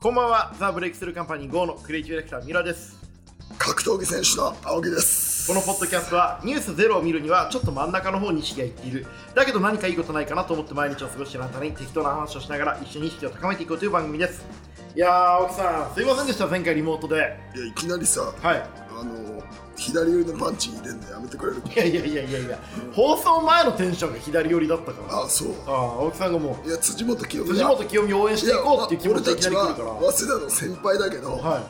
こんばんは、ザ・ブレイクスルーカンパニー GO のクリエイティブディレクター、ミラです。格闘技選手の青木ですこのポッドキャストは、ニュースゼロを見るには、ちょっと真ん中の方に意識がいっている。だけど何かいいことないかなと思って毎日を過ごしているあなたに適当な話をしながら、一緒に意識を高めていこうという番組です。いやー、青木さん、すいませんでした、前回リモートで。いやいきなりさはい。あの左腕のパンチ入れんのやめてくれるいやいやいやいやいや、放送前のテンションが左寄りだったから。ああそうああ、青木さんがもいや辻元清う、美辻元清美を応援していこうっていう気持ちがいき俺たなちり来るはから。早稲田の先輩だけど、はい。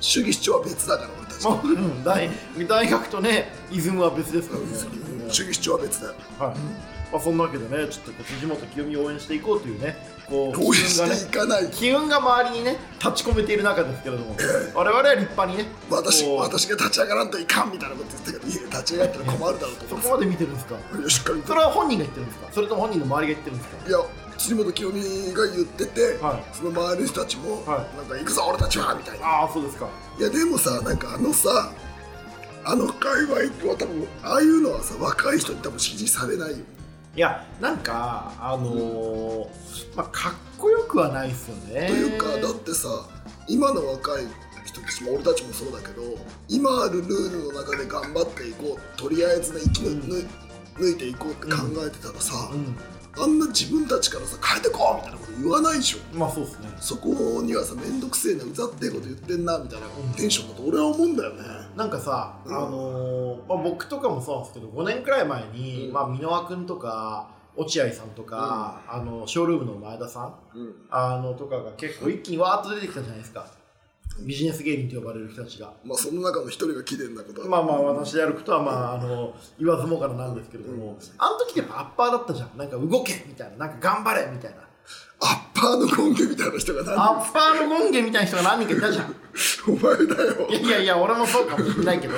主義主張は別だから俺たちまあうん大大学とね、イズムは別ですからね。主義主張は別だよはいまあ、そんなわけでね、ちょっとこう辻元清美を応援していこうというね、こう応援機運がねしていかない機運が周りにね、立ち込めている中ですけれど も、我々は立派にね、私こう私が立ち上がらんといかんみたいなこと言ってたけどいや立ち上がったら困るだろうとそ思こっまで見てるんですか、てたいやしっかり見そたれは本人が言ってるんですか、それとも本人の周りが言ってるんですか、いや辻元清美が言ってて、はいその周りの人たちも、はいなんか行くぞ俺たちはみたいなああ、そうですか、いやでもさなんかあのさあの界隈は多分ああいうのはさ若い人に多分支持されないよいや、なんか、あのーまあ、かっこよくはないですよね。というかだってさ今の若い人たちも俺たちもそうだけど今あるルールの中で頑張っていこうとりあえずね生き抜,、抜いていこうって考えてたらさ、うん、あんな自分たちからさ変えてこうみたいなこと言わないでしょまあそうですね。そこにはさ面倒くせえなうざってえこと言ってんなみたいなテンションだと俺は思うんだよねなんかさ、うんあのーまあ、僕とかもそうなんですけど5年くらい前に、うんまあ、箕輪君とか落合さんとか、あのショールームの前田さんうんあのとかが結構一気にわーっと出てきたじゃないですかビジネス芸人と呼ばれる人たちが。まあその中の一人が綺麗なことはまあまあ私であることはまああの言わずもがななんですけれども、うんあの時ってやっぱアッパーだったじゃんなんか動けみたいななんか頑張れみたいなアッパーの根拠みたいな人が何アッパーの権限みたいな人が何人かいたじゃんお前だよいやいやいや俺もそうかもしれないけど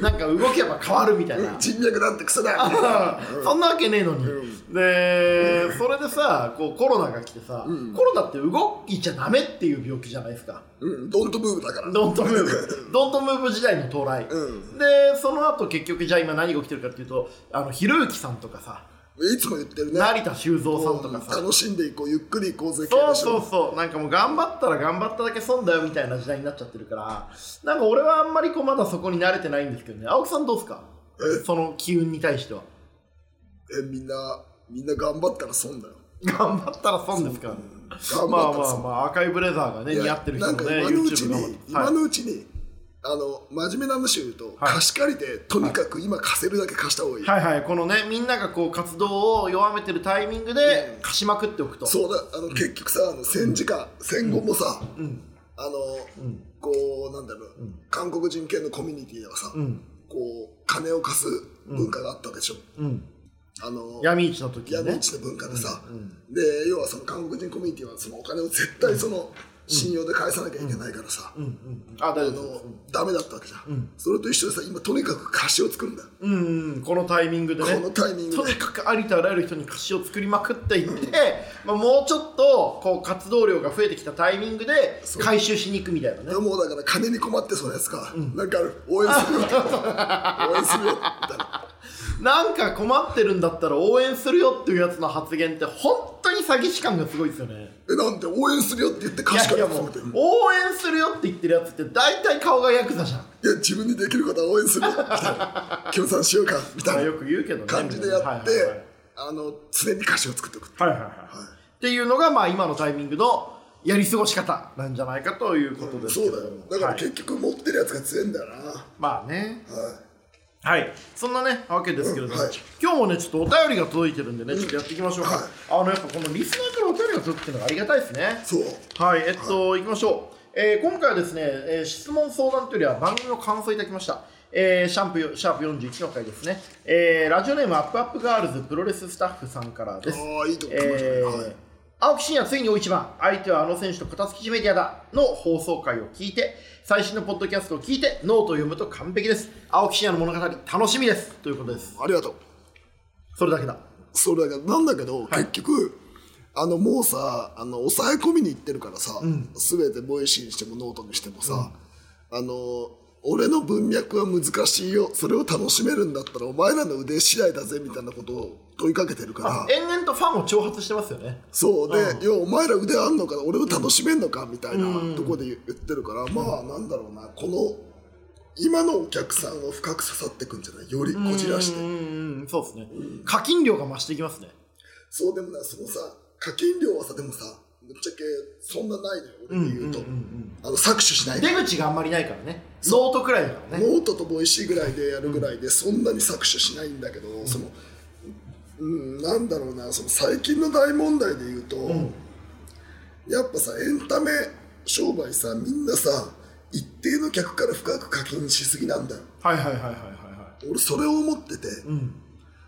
なんか動けば変わるみたいな人脈なんてクソだよ そんなわけねえのに、うでそれでさこうコロナが来てさ、うんコロナって動いちゃダメっていう病気じゃないですかうんドントムーブだからドントムーブドントムーブ時代の到来、うんでその後結局じゃあ今何が起きてるかっていうとあのひろゆきさんとかさいつも言ってるね成田修造さんとかさ、楽しんでいこうゆっくり行こうぜそうそうそうなんかもう頑張ったら頑張っただけ損だよみたいな時代になっちゃってるからなんか俺はあんまりこうまだそこに慣れてないんですけどね青木さんどうですかえその機運に対してはえみんなみんな頑張ったら損だよ頑張ったら損ですから、頑ま張あったまらあ損まあ赤いブレザーがねいや似合ってる人もねなんか今のうち YouTube 頑張っにて今のうちにあの真面目な話を言うとはい貸し借りてとにかく今貸せるだけ貸した方がいいはい、はいはいこのねみんながこう活動を弱めてるタイミングで貸しまくっておくとそうだあの結局さあの戦時下戦後もさうんあのうんこうなんだろう、うん韓国人系のコミュニティではさ、うんこう金を貸す文化があったでしょ、うんあの闇市の時に闇ね市の文化でさ、うんで要はその韓国人コミュニティはそのお金を絶対その信用で返さなきゃいけないからさ、うんうんあ大あ丈夫でのすダメだったわけじゃん、うんそれと一緒でさ今とにかく貸しを作るんだよ、うんうんこのタイミングでねこのタイミングとでにかくありとあらゆる人に貸しを作りまくっていって、まあ、もうちょっとこう活動量が増えてきたタイミングでそう回収しに行くみたいなねもうだから金に困ってそうなやつか、なんかある応援するよ 応援するよみたいななんか困ってるんだったら応援するよっていうやつの発言って本当に詐欺師感がすごいですよねえなんで応援するよって言ってい貸しやい借やりてもみうていや応援するよって言ってるやつって大体顔がヤクザじゃん、自分にできることは応援するよみたい な協賛しようかみまたあ、いなよく言うけどね感じでやって、はいはいはいあの常に歌詞を作っておくはいはいはいっていうのがまあ今のタイミングのやり過ごし方なんじゃないかということですそけうどだよもだからはい結局持ってるやつが強いんだよな、はまあねい、はい、そんなねわけですけれども、うんはい今日もねちょっとお便りが届いてるんでねちょっとやっていきましょうか、はいあのやっぱこのリスナーからお便りが届くっていうのがありがたいですねそうはい、えっと、行きましょう。えー今回はですね、えー質問相談というよりは番組の感想いただきました。えーシャンプー、シャープ41の回ですね。えーラジオネームアップアップガールズプロレススタッフさんからです。ああいいとこ来ましたね、えーはい青木真也ついに大一番相手はあの選手とこたつきメディアだの放送回を聞いて最新のポッドキャストを聞いてノートを読むと完璧です青木真也の物語楽しみですということですありがとうそれだけだそれだけどなんだけど、結局あのもうさあの抑え込みにいってるからさ、すべ全てボイシーにしてもノートにしてもさ、あの俺の文脈は難しいよそれを楽しめるんだったらお前らの腕次第だぜみたいなことを問いかけてるから延々とファンを挑発してますよねそうで、うんいやお前ら腕あんのかな俺を楽しめんのかみたいうんなとこで言ってるから、まあなんだろうなこの今のお客さんを深く刺さってくんじゃないよりこじらして、うんうんうんそうですね課金量が増していきますねそうでもなそのさ課金料はさでもさぶっちゃけそんなないのよ俺で言うと、んんあの搾取しなういんで出口があんまりないからねノートくらいだからねノートとボイシーぐらいでやるぐらいでそんなに搾取しないんだけど、そのうんなんだろうなその最近の大問題で言うと、んやっぱさエンタメ商売さみんなさ一定の客から深く課金しすぎなんだよはいはいはいはいはいは俺それを思ってて、いうん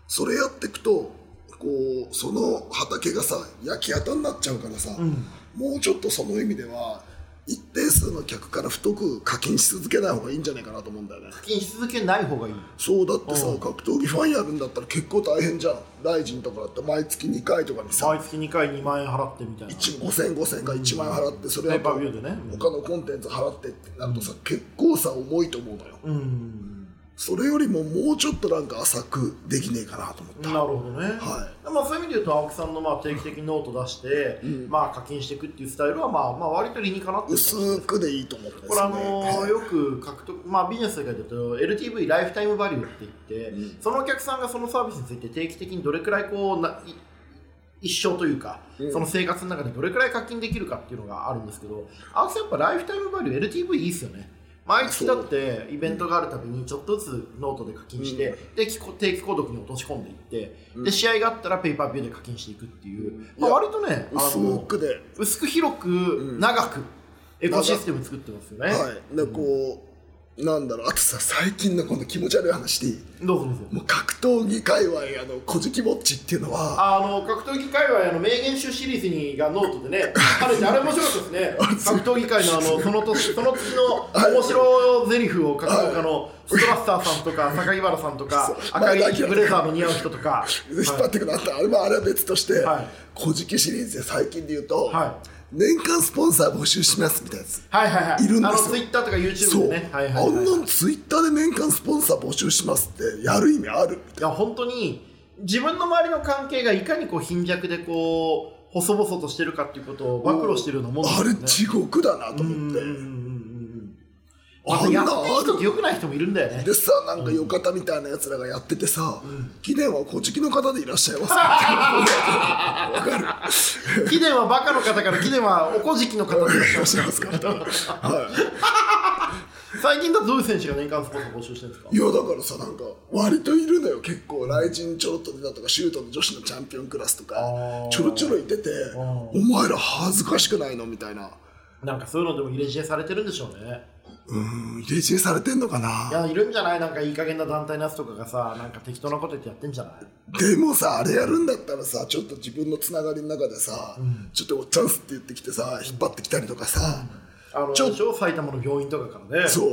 それやってくとこうその畑がさ焼き跡になっちゃうからさ、うんもうちょっとその意味では一定数の客から太く課金し続けない方がいいんじゃないかなと思うんだよね課金し続けない方がいいそうだってさうん格闘技ファンやるんだったら結構大変じゃんライジンとかだって毎月2回とかにさ毎月2回2万円払ってみたいな1 5000 5000か1万円払ってそれペはーパービューでね他のコンテンツ払ってってなるとさ結構さ重いと思うのようんそれよりももうちょっとなんか浅くできねえかなと思っなたるほどね、はまあ、そういう意味で言うと青木さんのまあ定期的にノート出して、うんまあ、課金していくっていうスタイルはまあまあ割と理にかなってる薄くでいいと思ったんですこれあよねのーはいよく獲得、まあ、ビジネス界で言うと LTV ライフタイムバリューって言って、うんそのお客さんがそのサービスについて定期的にどれくらいこうない一生というか、うんその生活の中でどれくらい課金できるかっていうのがあるんですけど青木さんやっぱライフタイムバリュー LTV いいですよね毎月だってイベントがあるたびにちょっとずつノートで課金して、できこ定期購読に落とし込んでいって、うんで試合があったらペーパービューで課金していくっていう、うんまあ、いや割とねあの薄くで薄く広くん長くエコシステム作ってますよね、はいでこうなんだろうあとさ最近のこの気持ち悪い話していいどうぞどうぞもう格闘技界隈あの「こじきぼっち」っていうのはあの格闘技界隈の名言集シリーズにがノートで ね、あれあれ面白かったですね。格闘技界のあのその 年その月の面白ゼリフを格闘家のストラスターさんと か榊原さんとかそう赤いブレザーの似合う人と か、引っ張ってくのあった、あれはあれは別としてはい「こじき」シリーズで最近で言うと、は年間スポンサー募集しますみたいなやつはいはいはい。いるんですよあのツイッターとか YouTube そう、でね、はいはいあはい、んいなんツイッターで年間スポンサー募集しますってやる意味あるや本当に自分の周りの関係がいかにこう貧弱でこう細々としてるかっていうことを暴露してるようなもんですあよねれ。地獄だなと思ってうんうんうんうんうん。まあたんなやあってる人ってる良くない人もいるんだよね。でさなんかよかたみたいなやつらがやっててさ「記念はこじきの方でいらっしゃいま す」ってわかる貴殿はバカの方から貴殿はおこじきの方いらっしゃい ますかはい最近だとどういう選手が年間スポンサー募集してるんですかいやだからさなんか割といるのよ結構雷神ちょろっと出たとかシュートの女子のチャンピオンクラスとかあーちょろちょろいててん「お前ら恥ずかしくないの?」みたいななんかそういうのでも入れ知恵されてるんでしょうねうーん入れ知恵されてんのかないやいるんじゃないなんかいい加減な団体のやつとかがさなんか適当なこと言ってやってんじゃないでもさあれやるんだったらさちょっと自分のつながりの中でさ、ちょっとおっちゃんすって言ってきてさ引っ張ってきたりとかさ、あのちょ一応埼玉の病院とかからねそう、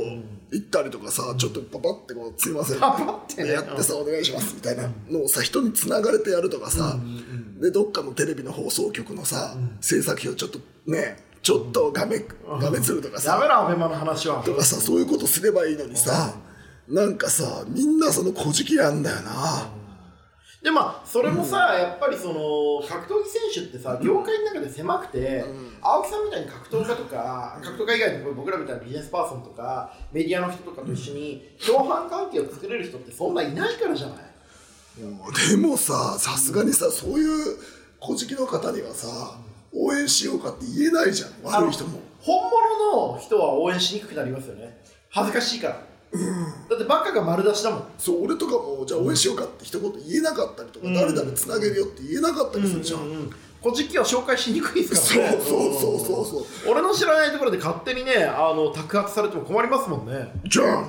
行ったりとかさちょっとパパってこう「すいません」パパってねやってさ「お願いします」みたいなのをさ人につながれてやるとかさ、でどっかのテレビの放送局のさ、制作費をちょっとねちょっと画面画面するとかやめさ、ろアベマの話はとかさそういうことすればいいのにさ、なんかさみんなその小じきやんだよな、でまあそれもさ、やっぱりその格闘技選手ってさ業界の中で狭くて、青木さんみたいに格闘家とか、格闘家以外の僕らみたいなビジネスパーソンとかメディアの人とかと一緒に共犯関係を作れる人ってそんないないからじゃないでもささすがにさそういう小じきの方にはさ応援しようかって言えないじゃん悪い人も本物の人は応援しにくくなりますよね恥ずかしいから、だってバカが丸出しだもんそう俺とかもじゃあ応援しようかって一言言えなかったりとか、誰々つなげるよって言えなかったりするじゃん、こじきは紹介しにくいですそかうらねそうそうそうそう俺の知らないところで勝手にねあの宅発されても困りますもんねじゃあだ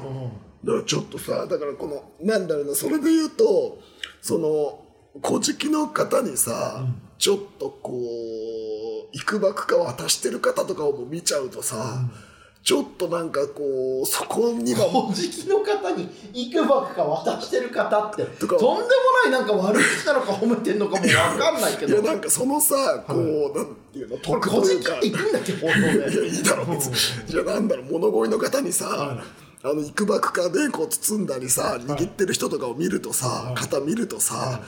からちょっとさだからこのなんだろうなそれで言うとその小じきの方にさ、ちょっとこう幾ばくか渡してる方とかをも見ちゃうとさ、ちょっとなんかこうそこにはおじきの方にいくばくか渡してる方ってとかんでもないなんか悪口なのか褒めてんのかも分かんないけいやどなんかそのさこう、なんていうのこれ特こといじうきっかていくんだっけ放送いやいでいだろ別にじゃあなんだろう物乞いの方にさ、あの幾ばくかでこう包んだりさ握ってる人とかを見るとさい肩見るとさ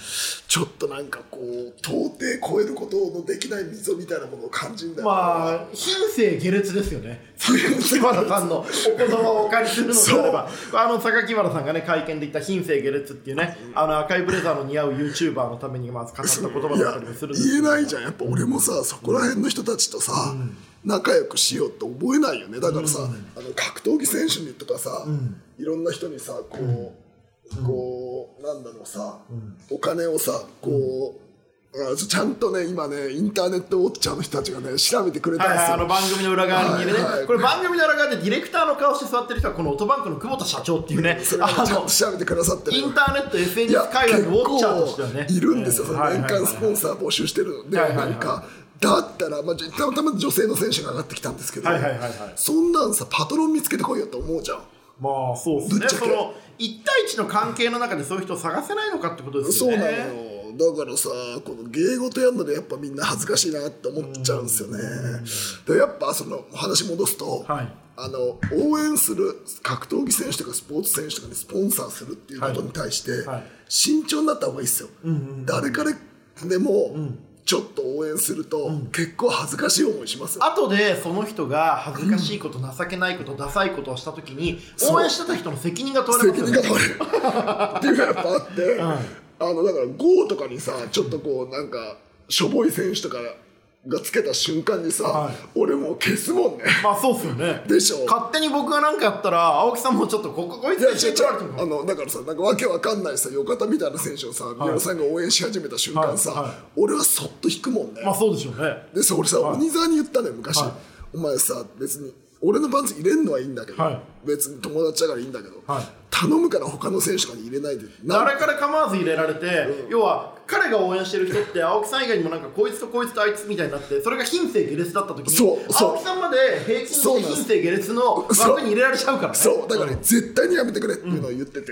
ちょっとなんかこう到底超えることのできない溝みたいなものを感じるんだよな まあ品性下劣ですよね榊原さんのお言葉をお借りするのであればあの榊原さんがね会見で言った品性下劣っていうねあの赤いブレザーの似合う YouTuber のためにまず語った言葉いだっやたりもするんですけ言えどないじゃんやっぱ俺もさそこら辺の人たちとさ、仲良くしようって覚えないよねだからさ、あの格闘技選手にとかさ、いろんな人にさこう、こうなんだろうさ、お金をさこう、あちゃんとね今ねインターネットウォッチャーの人たちがね調べてくれたんはいではい、すあよ、の番組の裏側にね、はいはいこれ番組の裏側でディレクターの顔して座ってる人はこのオートバンクの久保田社長っていうねそれをあちゃんのと調べてくださってるインターネットい SNS や界隈結のウォッチャーとしてはね構いるんですよ、えそーのはいはい年はいはい間スポンサー募集してるので、はいはいはいなんかだったら、まあ、じゃたまたま女性の選手が上がってきたんですけど、はいはいはいはいそんなんさパトロン見つけてこいよと思うじゃん。まあそうですぶねっちゃけその一対一の関係の中でそういう人を探せないのかってことですそうよねなのよだからさこの芸事やるのでやっぱみんな恥ずかしいなって思っちゃうんですよねでやっぱその話戻すと、はいあの応援する格闘技選手とかスポーツ選手とかにスポンサーするっていうことに対して、はい慎重になった方がいいですよ、誰からでもちょっと応援すると、結構恥ずかしい思いしますよ後でその人が恥ずかしいこと、情けないことダサいことをした時にそう応援してた人の責任が問われま責すよね任が取れるっていうのがやっぱあって、あのだから GO とかにさちょっとこうなんかしょぼい選手とかがつけた瞬間にさ、はい俺もう消すもんねまあそうっすよねでしょ勝手に僕が何かやったら青木さんもちょっとこここいついやに違う違取られてるうあのだからさなんかわけわかんないさ横田みたいな選手をさ宮野さんが応援し始めた瞬間さ、はいはい俺はそっと引くもんね、まあそうでしょうねでさ俺さ、鬼沢に言ったね昔、はいお前さ別に俺のパンツ入れんのはいいんだけど、はい別に友達だからいいんだけど、はい頼むから他の選手とかに入れないでなん誰から構わず入れられて、要は彼が応援してる人 って青木さん以外にもなんかこいつとこいつとあいつみたいになってそれが品性下劣だった時にそうそう青木さんまで平均そうしなんてです品性下劣の枠に入れられちゃうからね そうだからね、絶対にやめてくれっていうのを言ってて、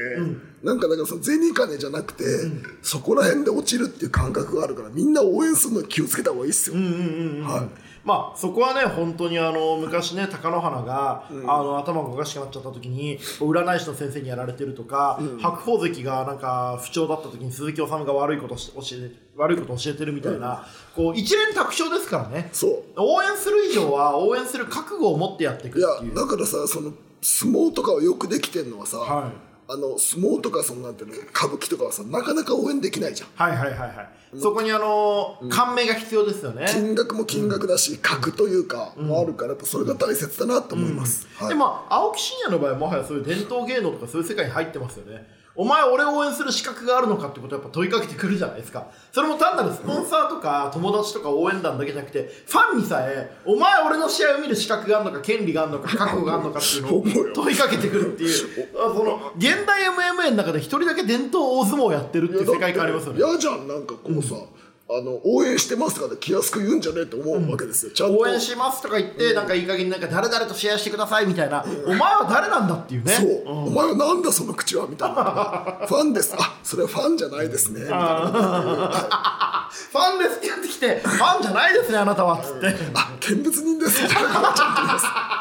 なんかだからその銭金じゃなくて、そこら辺で落ちるっていう感覚があるからみんな応援するの気をつけた方がいいっすよ、はいまあそこはね本当にあの昔ね貴乃花が、あの頭がおかしくなっちゃった時に占い師の先生にやられてるとか、白鵬関がなんか不調だった時に鈴木治が悪いことし教え悪いこと教えてるみたいな、こう一連卓勝ですからねそう応援する以上は応援する覚悟を持ってやっていくいやっていうだからさその相撲とかをよくできてるのはさ、はいあの相撲とかそのなんていうの歌舞伎とかはさなかなか応援できないじゃんはいはいはいはい、そこにあのー感銘が必要ですよね、金額も金額だし格というかもあるからやっぱそれが大切だなと思います、はいでまあ青木真也の場合はもはやそういう伝統芸能とかそういう世界に入ってますよねお前俺を応援する資格があるのかってことをやっぱ問いかけてくるじゃないですかそれも単なるスポンサーとか友達とか応援団だけじゃなくてファンにさえお前俺の試合を見る資格があるのか権利があるのか覚悟があるのかっていうのを 思うよ問いかけてくるっていう あその現代 MMA の中で一人だけ伝統大相撲をやってるっていう世界観ありますよね嫌じゃんなんかこうさ、あの応援してますとかで気安く言うんじゃねえと思うわけですよ、ちゃんと応援しますとか言って、なんかいい加減になんか誰々と試合してくださいみたいな、お前は誰なんだっていうねそう、お前はなんだその口はみたいな ファンですあそれはファンじゃないですねみたいなファンですってやってきてファンじゃないですねあなたはっつ って、まああ見物人ですみたいな感じ相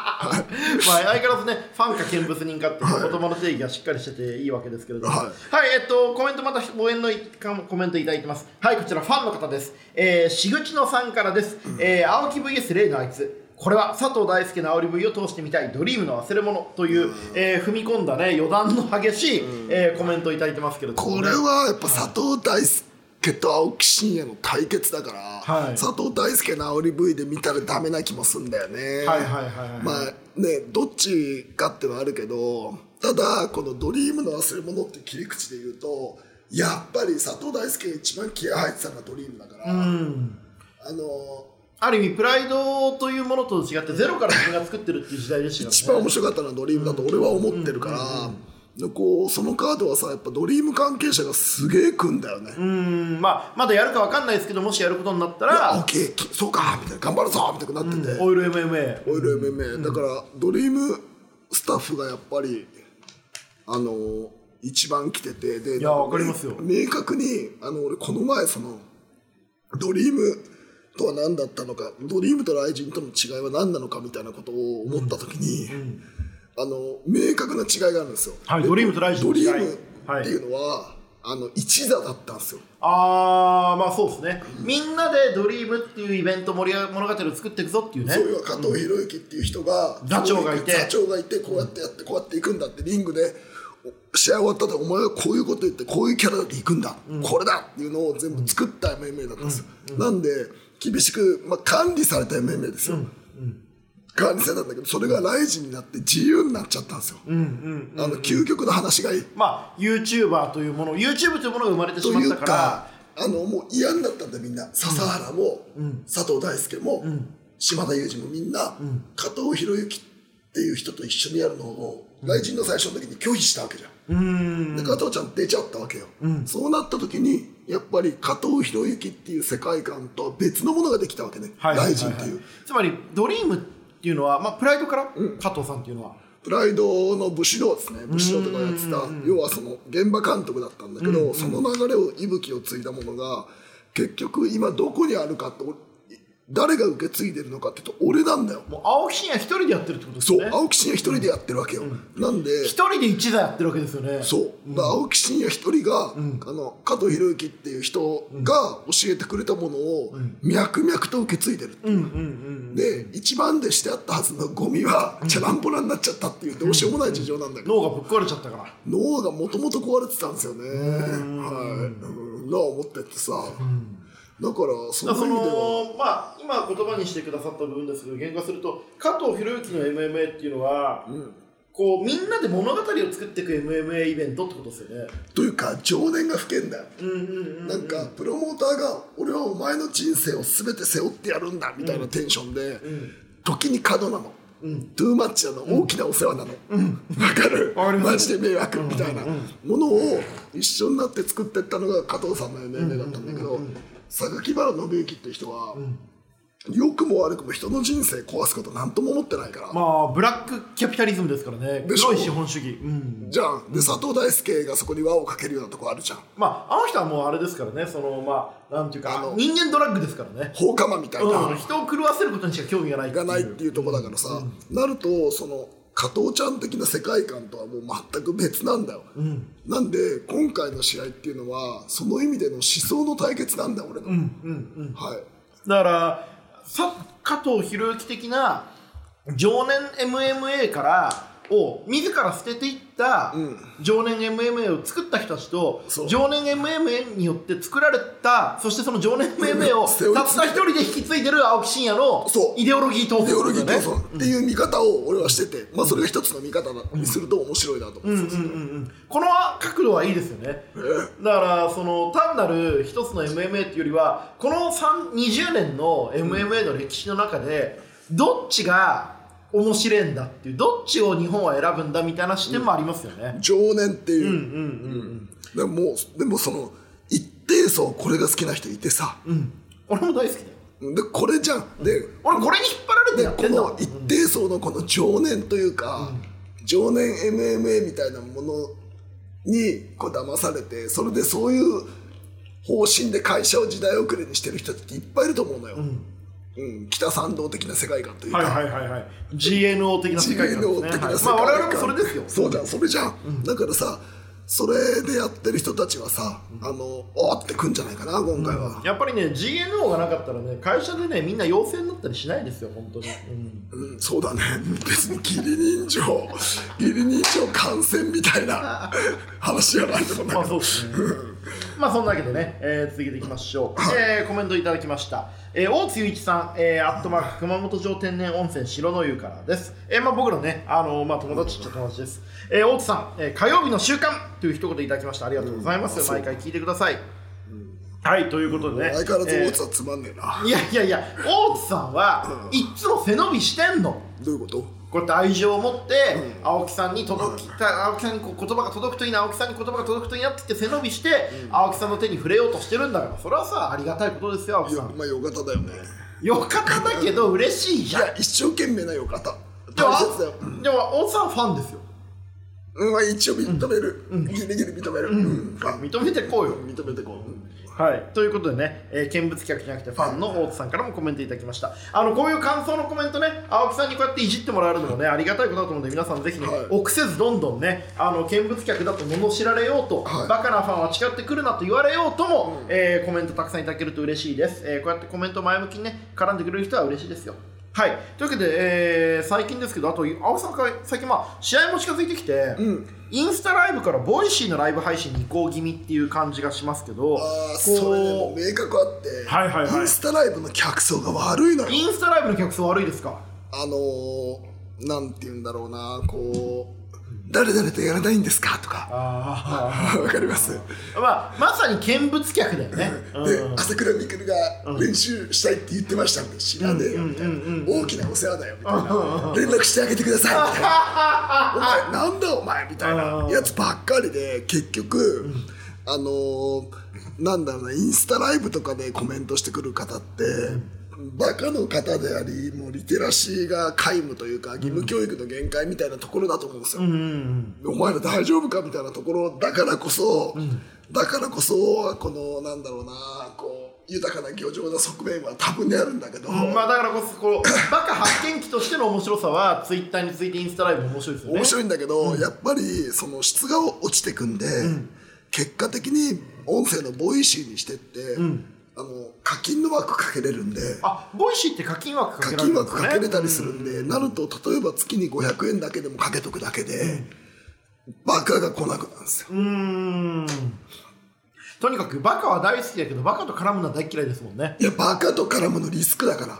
変わらずねファンか見物人かっていう言葉の定義がしっかりしてていいわけですけれどもははいい、えっとコメントまた応援の一環コメントいただいてますはいこちらファンの方ですえー、しぐちのさんからです、えー、青木 VS 例のあいつこれは佐藤大輔の煽り V を通してみたいドリームの忘れ物という、えー踏み込んだね余談の激しい、えーコメントをいただいてますけれどもね、これはやっぱ佐藤大輔と青木真也の対決だから、はい佐藤大輔の煽り V で見たらダメな気もすんだよねはいはいはいはいまあねどっちかってのはあるけどただこの「ドリームの忘れ物」っていう切り口で言うとやっぱり佐藤大輔が一番気合入ってたのがドリームだから、あのある意味プライドというものと違ってゼロから自分が作ってるっていう時代で したから、ね、一番面白かったのはドリームだと俺は思ってるから、でこうそのカードはさやっぱドリーム関係者がすげえ組んだよね、うーんまあ、まだやるかわかんないですけどもしやることになったあオッらケーきそうかみたいな頑張るぞみたいになってて、オイル MMA オイル MMA、だからドリームスタッフがやっぱりあのー一番来ててでいやわかりますよ明確にあの俺この前そのドリームとは何だったのかドリームとライジンとの違いは何なのかみたいなことを思った時に、あの明確な違いがあるんですよ、はいでドリームとライジンドの違いリームっていうのは、あの一座だったんですよあーまあそうですねみんなで「ドリームっていうイベント盛り上が物語を作っていくぞっていうねそういう加藤博之っていう人が、ん座長がいて座長がいてこうやってやってこうやっていくんだってリングでお試合終わったらお前はこういうこと言ってこういうキャラでいくんだ、これだっていうのを全部作った MMA だったんですよ、なんで厳しく、まあ、管理された MMA ですよ、管理されたんだけどそれがライジンになって自由になっちゃったんですよ、あの究極の話がいいまあ YouTuber というもの YouTube というものが生まれてしとまっいうたからかあのもう嫌になったんだみんな笹原も、佐藤大輔も、島田裕二もみんな、加藤博之っていう人と一緒にやるのを来人の最初の時に拒否したわけじゃん、で加藤ちゃん出ちゃったわけよ、そうなった時にやっぱり加藤博之っていう世界観とは別のものができたわけね、はいはいはい来人っていう、つまりドリームっていうのは、まあ、プライドから、加藤さんっていうのはプライドの武士道ですね武士道とかやってた要はその現場監督だったんだけど、その流れを息吹を継いだものが結局今どこにあるかって誰が受け継いでるのかって言うと俺なんだよもう青木真也一人でやってるってことですそう、よね青木真也一人でやってるわけよ、なんで一人で一座やってるわけですよねそう、だから青木真也一人が、あの加藤博之っていう人が教えてくれたものを脈々と受け継いでるっていうで一番弟子であったはずのゴミはチャランポラになっちゃったっていうどうしようもない事情なんだけど、脳がぶっ壊れちゃったから脳がもともと壊れてたんですよねはいうんが思っててさ、だからそだのからそ意味ではのまあ今言葉にしてくださった部分ですけど言語化すると加藤博之の MMA っていうのは、こうみんなで物語を作っていく MMA イベントってことですよねというか情念が吹けんだよ、うんうんうんなんかプロモーターが「俺はお前の人生を全て背負ってやるんだ」みたいなテンションで、時に過度なの、トゥーマッチなの、大きなお世話なのわ、かるわかりますマジで迷惑みたいなものを一緒になって作ってったのが加藤さんの MMA だったんだけど榊原信之っていう人は、良くも悪くも人の人生壊すこと何とも思ってないから、まあブラックキャピタリズムですからねでしょ黒い資本主義、うん、じゃんで佐藤大輔がそこに輪をかけるようなとこあるじゃんまああの人はもうあれですからねそのまあなんていうあかの人間ドラッグですからね放火魔みたいな、うん、人を狂わせることにしか興味がないっていがうないっていうところだからさ、なるとその加藤ちゃん的な世界観とはもう全く別なんだよ、なんで今回の試合っていうのはその意味での思想の対決なんだよ俺の、はいだからさ加藤博之的な常年 MMA からを自ら捨てていった常年 MMA を作った人たちとそう常年 MMA によって作られたそしてその常年 MMA を背負いたっ続たけ一人で引き継いでる青木真也のそうイデオロギー投イデオロ稿ギーだよ闘ね。争っていう見方を俺はしてて、まあ、それが一つの見方にすると面白いなと思ってたんですよこの角度はいいですよねだからその単なる一つの MMA っていうよりはこの3 20年の MMA の歴史の中でどっちが面白いんだっていうどっちを日本は選ぶんだみたいな視点もありますよね、情念っていう,、でももうでもその一定層これが好きな人いてさ、俺も大好きだよでこれじゃんで俺これに引っ張られてでやっこてんだものん一定層のこの情念というか、情念 MMA みたいなものにこう騙されてそれでそういう方針で会社を時代遅れにしてる人っていっぱいいると思うのよ、うん北参道的な世界観というか、はいはいはいはい GNO 的な世界観です GNO ね的な世界観、はいまあ我々もそれですよそうじゃんそれじゃん、だからさそれでやってる人たちはさ、あのおーってくんじゃないかな今回は、やっぱりね GNO がなかったらね会社でねみんな陽性になったりしないですよ本当に、うんうん、そうだね別に義理人情義理人情感染みたい な話じゃないと思うんだまあけそうでどすね。まあそんなわけでね、えー続けていきましょう。えーコメントいただきました。えー大津雄一さん、えーアットマーク熊本城天然温泉白の湯からです。えーまあ僕のね、あのまあ友達っちゃ友達です。えー大津さん、えー火曜日の習慣という一言いただきました。ありがとうございます。毎回聞いてください。はい、ということでね。相変わらずえー大津はつまんねえな、いやいやいや、大津さんは、いっつも背伸びしてんの。どういうことこうやって愛情を持って青木さんに届きた青木さんにこう言葉が届くといいな青木さんに言葉が届くといいなって言って背伸びして青木さんの手に触れようとしてるんだからそれはさありがたいことですよ青木さんまあよかただよねよかっただけど嬉しいいじゃんや一生懸命なよかたでも大切だよでも大津さんファンですようんまあ一応認める、ギリギリ認める、うんあ認めてこうよ認めてこう、はい、ということでね、えー見物客じゃなくてファンの大津さんからもコメントいただきましたあのこういう感想のコメントね青木さんにこうやっていじってもらえるのもねありがたいことだと思うので皆さんぜひね、はい臆せずどんどんねあの見物客だと罵られようと、はいバカなファンは誓ってくるなと言われようとも、えーコメントたくさんいただけると嬉しいです、えーこうやってコメント前向きにね絡んでくれる人は嬉しいですよはいというわけで、えー最近ですけどあと青木さんから最近まあ試合も近づいてきて、うんインスタライブからボイシーのライブ配信に移行気味っていう感じがしますけどああこうそれでも明確あって、はいはいはいインスタライブの客層が悪いのよインスタライブの客層悪いですかあのー、なんて言うんだろうなこう誰々とやらないんですかとかあわかりますあまあまさに見物客だよね、でうん朝倉未来が練習したいって言ってましたんで知らねえよみたいな大きなお世話だよみたいな連絡してあげてくださいみ たいなお前なんだお前みたいなやつばっかりで結局あのーなんだろうなインスタライブとかでコメントしてくる方ってバカの方でありもうリテラシーが皆無というか義務教育の限界みたいなところだと思うんですよ。お前ら大丈夫かみたいなところだからこそ、だからこそこのなんだろうなこう豊かな漁場の側面は多分にあるんだけど、うんまあだからこそこうバカ発見機としての面白さはツイッターについてインスタライブも面白いですよね面白いんだけど、やっぱりその質が落ちてくんで、結果的に音声のボイシーにしてって、あの課金の枠かけれるんで。あボイシーって課金枠か課けられる金んです枠ねかけれたりするんで、なると例えば月に500円だけでもかけとくだけで、バカが来なくなるんですようーんとにかくバカは大好きだけどバカと絡むのは大嫌いですもんねいやバカと絡むのリスクだから、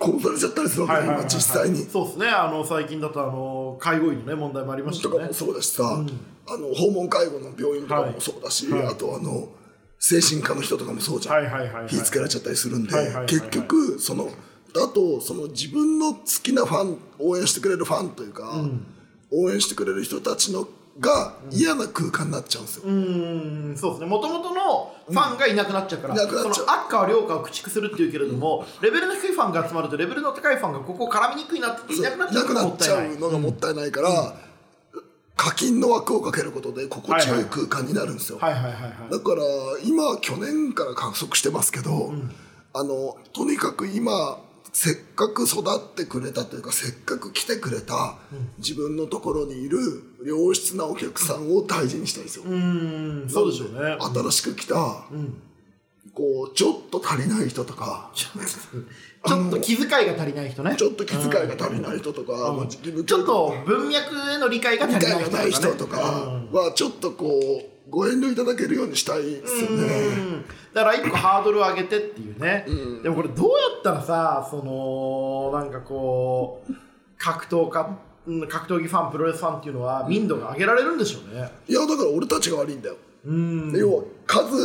殺されちゃったりするわけ、今実際にそうですねあの最近だとあの介護医のね問題もありましたとよかねもそうだしさ、あの訪問介護の病院とかもそうだし、はいはいあとあの精神科の人とかもそうじゃん、はいはいはいはい気ぃつけられちゃったりするんで、はいはいはいはい結局そのだとその自分の好きなファン応援してくれるファンというか、応援してくれる人たちのが嫌な空間になっちゃうんですよ、うーんそうですねもともとのファンがいなくなっちゃうから、いなくなっちゃうその悪か良かを駆逐するっていうけれども、レベルの低いファンが集まるとレベルの高いファンがここ絡みにくいなっていそうなくなっちゃういからなもくなっったちいゃないうのがもったいないから、課金の枠をかけることで心地よい空間になるんですよ、はいはいはいはいだから今去年から観測してますけど、あのとにかく今せっかく育ってくれたというかせっかく来てくれた自分のところにいる良質なお客さんを大事にしたいんですよ、うーんそうでしょうね新しく来た、こうちょっと足りない人とかちょちょっと気遣いが足りない人ねちょっと気遣いが足りない人とか、まあ義務ち教ょっ育と文脈への理解が足理りな解い人がとなか,、い人とかはちょっとこうご遠慮いただけるようにしたいですよね、うんだから一個ハードルを上げてっていうね、でもこれどうやったらさそのなんかこう格闘家うん格闘技ファンプロレスファンっていうのは民度が上げられるんでしょうねいやだから俺たちが悪いんだようん要は数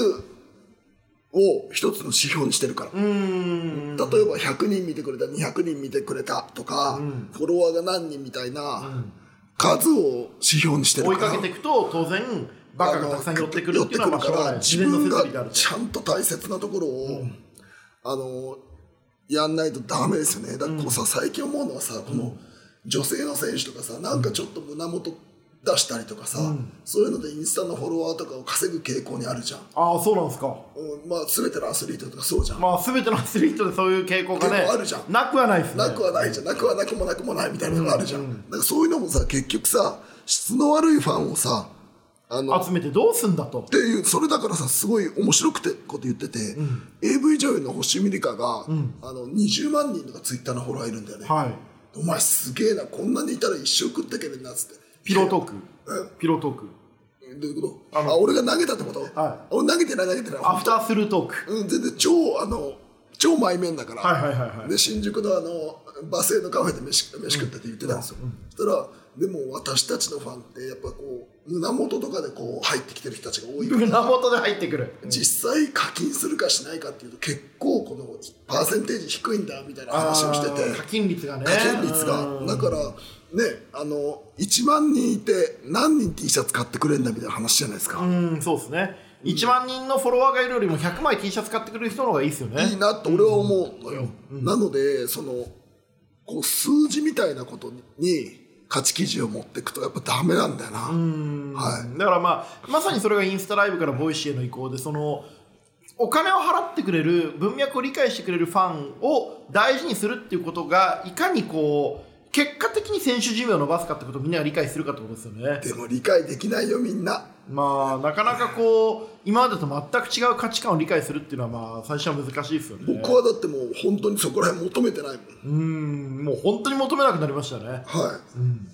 を一つの指標にしてるから、うん例えば100人見てくれた200人見てくれたとか、フォロワーが何人みたいな数を指標にしてる追いからかけていくと当然バカがたくさん寄ってくるっていうのはまあしょうがない自自然の分設備があがるとちゃんと大切なところを、あのやんないとダメですよねだからこうさ、最近思うのはさこの女性の選手とかさなんかちょっと胸元出したりとかさ、そういうのでインスタのフォロワーとかを稼ぐ傾向にあるじゃん、ああそうなんですかうん、まあ全てのアスリートとかそうじゃん、まあ全てのアスリートでそういう傾向がね結構あるじゃんなくはないですねなくはないじゃんなくはなくもなくもないみたいなのがあるじゃん,、なんかそういうのもさ結局さ質の悪いファンをさあの集めてどうすんだとっていうそれだからさすごい面白くてこと言ってて、AV 女優の星美里香が、あの20万人とかツイッターのフォロワーいるんだよね、はいお前すげえなこんなにいたら一生食ってけるなっつってピロートークピロートークえどういうことあ俺が投げたってこと、は俺投げてない投げてないアフタースルートークうん、全然超あの超前面だから、はいはいはいはいで新宿のあのバス停のカフェで飯飯食ったって言ってたんですよ、そしたらでも私たちのファンってやっぱこう胸元とかでこう入ってきてる人たちが多いか ら胸元で入ってくる実際課金するかしないかっていうと結構このパーセンテージ低いんだみたいな話をしてあーて課金率がね課金率がだからねあの1万人いて何人 T シャツ買ってくれんだみたいな話じゃないですか、うんうんそうですね1万人のフォロワーがいるよりも100枚 T シャツ買ってくれる人の方がいいですよねいいなと俺は思うのよ、なのでそのこう数字みたいなことに価値基準を持っていくとやっぱダメなんだよな、うんはだからまあまさにそれがインスタライブからボイシーへの移行でそのお金を払ってくれる文脈を理解してくれるファンを大事にするっていうことがいかにこう結果的に選手寿命を伸ばすかってことをみんなが理解するかってことですよね。でも理解できないよみんなまあなかなかこう今までと全く違う価値観を理解するっていうのはまあ最初は難しいですよね。僕はだってもう本当にそこら辺求めてないもんうんもう本当に求めなくなりましたね。はいうん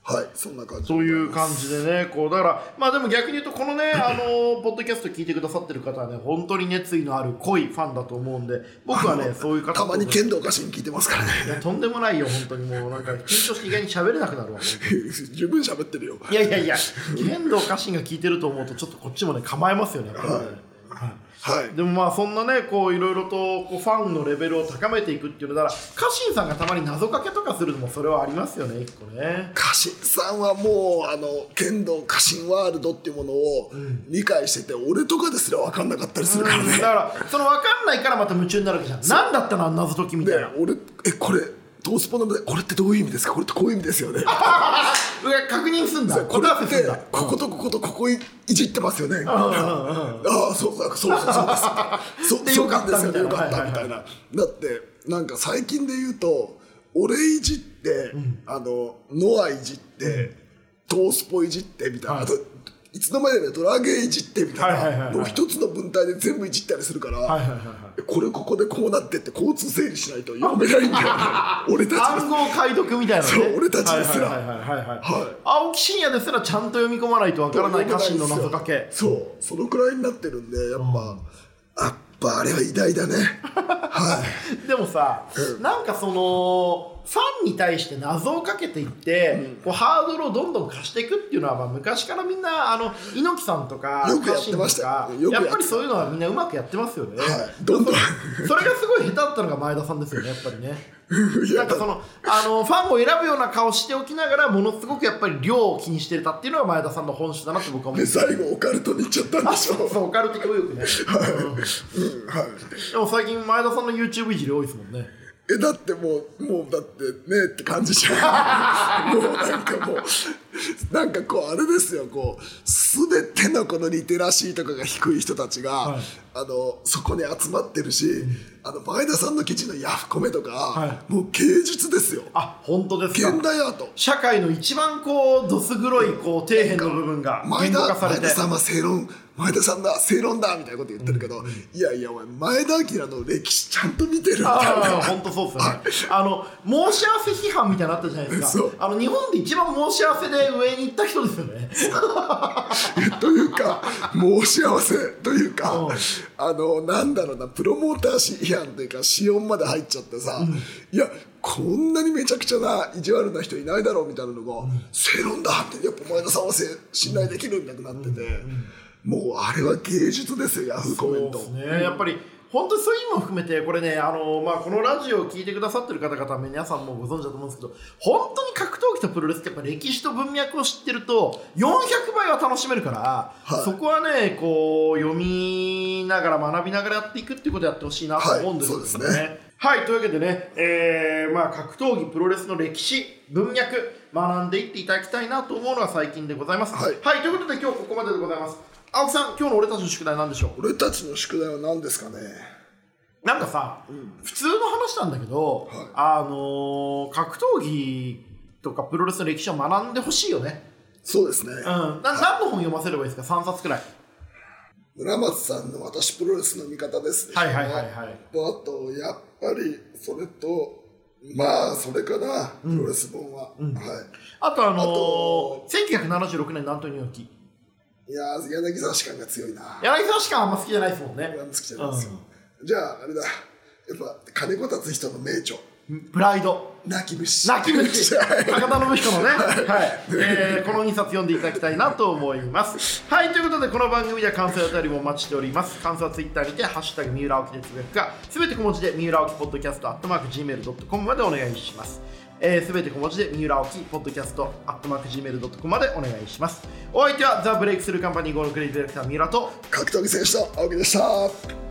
はいそんな感じそういう感じでね、こうだから、まあでも逆に言うと、この ね、あのポッドキャスト聞いてくださってる方はね、本当に熱意のある濃いファンだと思うんで、僕はね、そういう方とたまに剣道家臣聞いてますからねいやとんでもないよ、本当にもう、なんか緊張して意外に喋れなくなるわ。十分喋ってるよいやいやいや、剣道家臣が聞いてると思うと、ちょっとこっちもね、構えますよね、やっぱりねはいはいでもまあそんなねこういろいろとこうファンのレベルを高めていくっていうのなら家臣さんがたまに謎かけとかするのもそれはありますよね一個ね家臣さんはもうあの剣道家臣ワールドっていうものを理解してて、俺とかですら分かんなかったりするからねだ、からその分かんないからまた夢中になるわけじゃん何だったのあの謎解きみたいなで俺えこれトースポのでこれってどういう意味ですかこれってこういう意味ですよねうわ確認すんだ答これえ合わせっすてんだこことこことここいいじってますよねああそうだそうそうそうですそうでそうなんですよねよよかかっったたみみたたいいななだってなんか最近で言うと俺いじって、あのノアいじって、トースポいじってみたいな、はいあといつの間にかねドラゲーいじってみたいはいはいはないのはをい一つの文体で全部いじったりするから、はいはいはいはいこれここでこうなってって交通整理しないと読めないんだよね 俺たちが暗号解読みたいなねそう俺たちですらはいはいはいはいはいはい青木真也ですらちゃんと読み込まないとわからない家臣の謎かけそうそのくらいになってるんでやっぱ、やっぱあれは偉大だねはでもさ、なんかそのファンに対して謎をかけていって、こうハードルをどんどん貸していくっていうのは、まあ、昔からみんなあの猪木さんとかよくやってました家臣よとよかやくやってたっぱりそういうのはみんなうまくやってますよね、い、はい、どんどんそれがすごい下手だったのが前田さんですよねやっぱりねいなやんかそ のあのファンを選ぶような顔しておきながらものすごくやっぱり量を気にしてたっていうのが前田さんの本質だなって僕は思うで最後オカルトに行っちゃったんでしょそうそうオカルト教育ね、うんでうんはいも最近前田さんの YouTube いじり多いですもんねえだってもうもうだってねえって感じじ ゃんもうなんかもうなんかこうあれですよこう全てのこのリテラシーとかが低い人たちが、いあのそこに集まってるし、あの前田さんの記事のヤフコメとか、はもう芸術ですよあ本当ですか現代アート社会の一番こうどす黒いこう底辺の部分が前言語化田され前て田さんは正論前田さんだ正論だみたいなこと言ってるけど、いやいやお前前田明の歴史ちゃんと見てるみたいなああ本当そうですよねあの申し合わせ批判みたいなのあったじゃないですかそうあの日本で一番申し合わせで上に行った人ですよねというか申し合わせというか、うんあのなんだろうなプロモーター批判というか私音まで入っちゃってさ、いやこんなにめちゃくちゃな意地悪な人いないだろうみたいなのが、正論だってやっぱ前田さんはせ信頼できるんだくなってて、もうあれは芸術ですよヤフーコメント。そうですねやっぱり本当にそういう意味も含めてこれねあの、まあ、このラジオを聞いてくださってる方々は皆さんもご存知だと思うんですけど本当に格闘技とプロレスってやっぱ歴史と文脈を知ってると400倍は楽しめるから、いそこはねこう読みながら学びながらやっていくっていうことをやってほしいなと思うんですよはいそうですねはい、というわけでね、えーまあ、格闘技、プロレスの歴史、文脈、学んでいっていただきたいなと思うのが最近でございます。はいということで今日ここまででございます。青木さん、今日の俺たちの宿題なんでしょ俺たちの宿題は何ですかねうなんかさ、普通の話なんだけど、はいあのー格闘技とかプロレスの歴史を学んでほしいよね。そうですね、うん、な何の本読ませればいいですか ?3 冊くらい。村松さんの「私プロレスの味方ですね」はいはいはいはいとあとやっぱりそれとまあそれかな、プロレス本は、はあとあのーあと1976年のアントニオ猪木。いいやー柳沢士官が強いな柳沢しかあんま好きじゃないですもんね俺。は好きじゃないですよ、じゃああれだやっぱ金子達人の名著プライド。泣き虫泣き虫はい高田信彦のね、はいえーこの2冊読んでいただきたいなと思いますはいということでこの番組では感想やお便りもお待ちしております感想はツイッターにて「ハッシュタグ三浦青木」でつぶやくかすべて小文字で三浦青木ポッドキャストアットマーク Gmail.com までお願いしますえーすべ、て小文字で三浦青木ポッドキャストアットマーク Gmail.com までお願いしますお相手はザ・ブレイクスルーカンパニー5のクレイジーディレクター三浦と格闘技選手の青木でした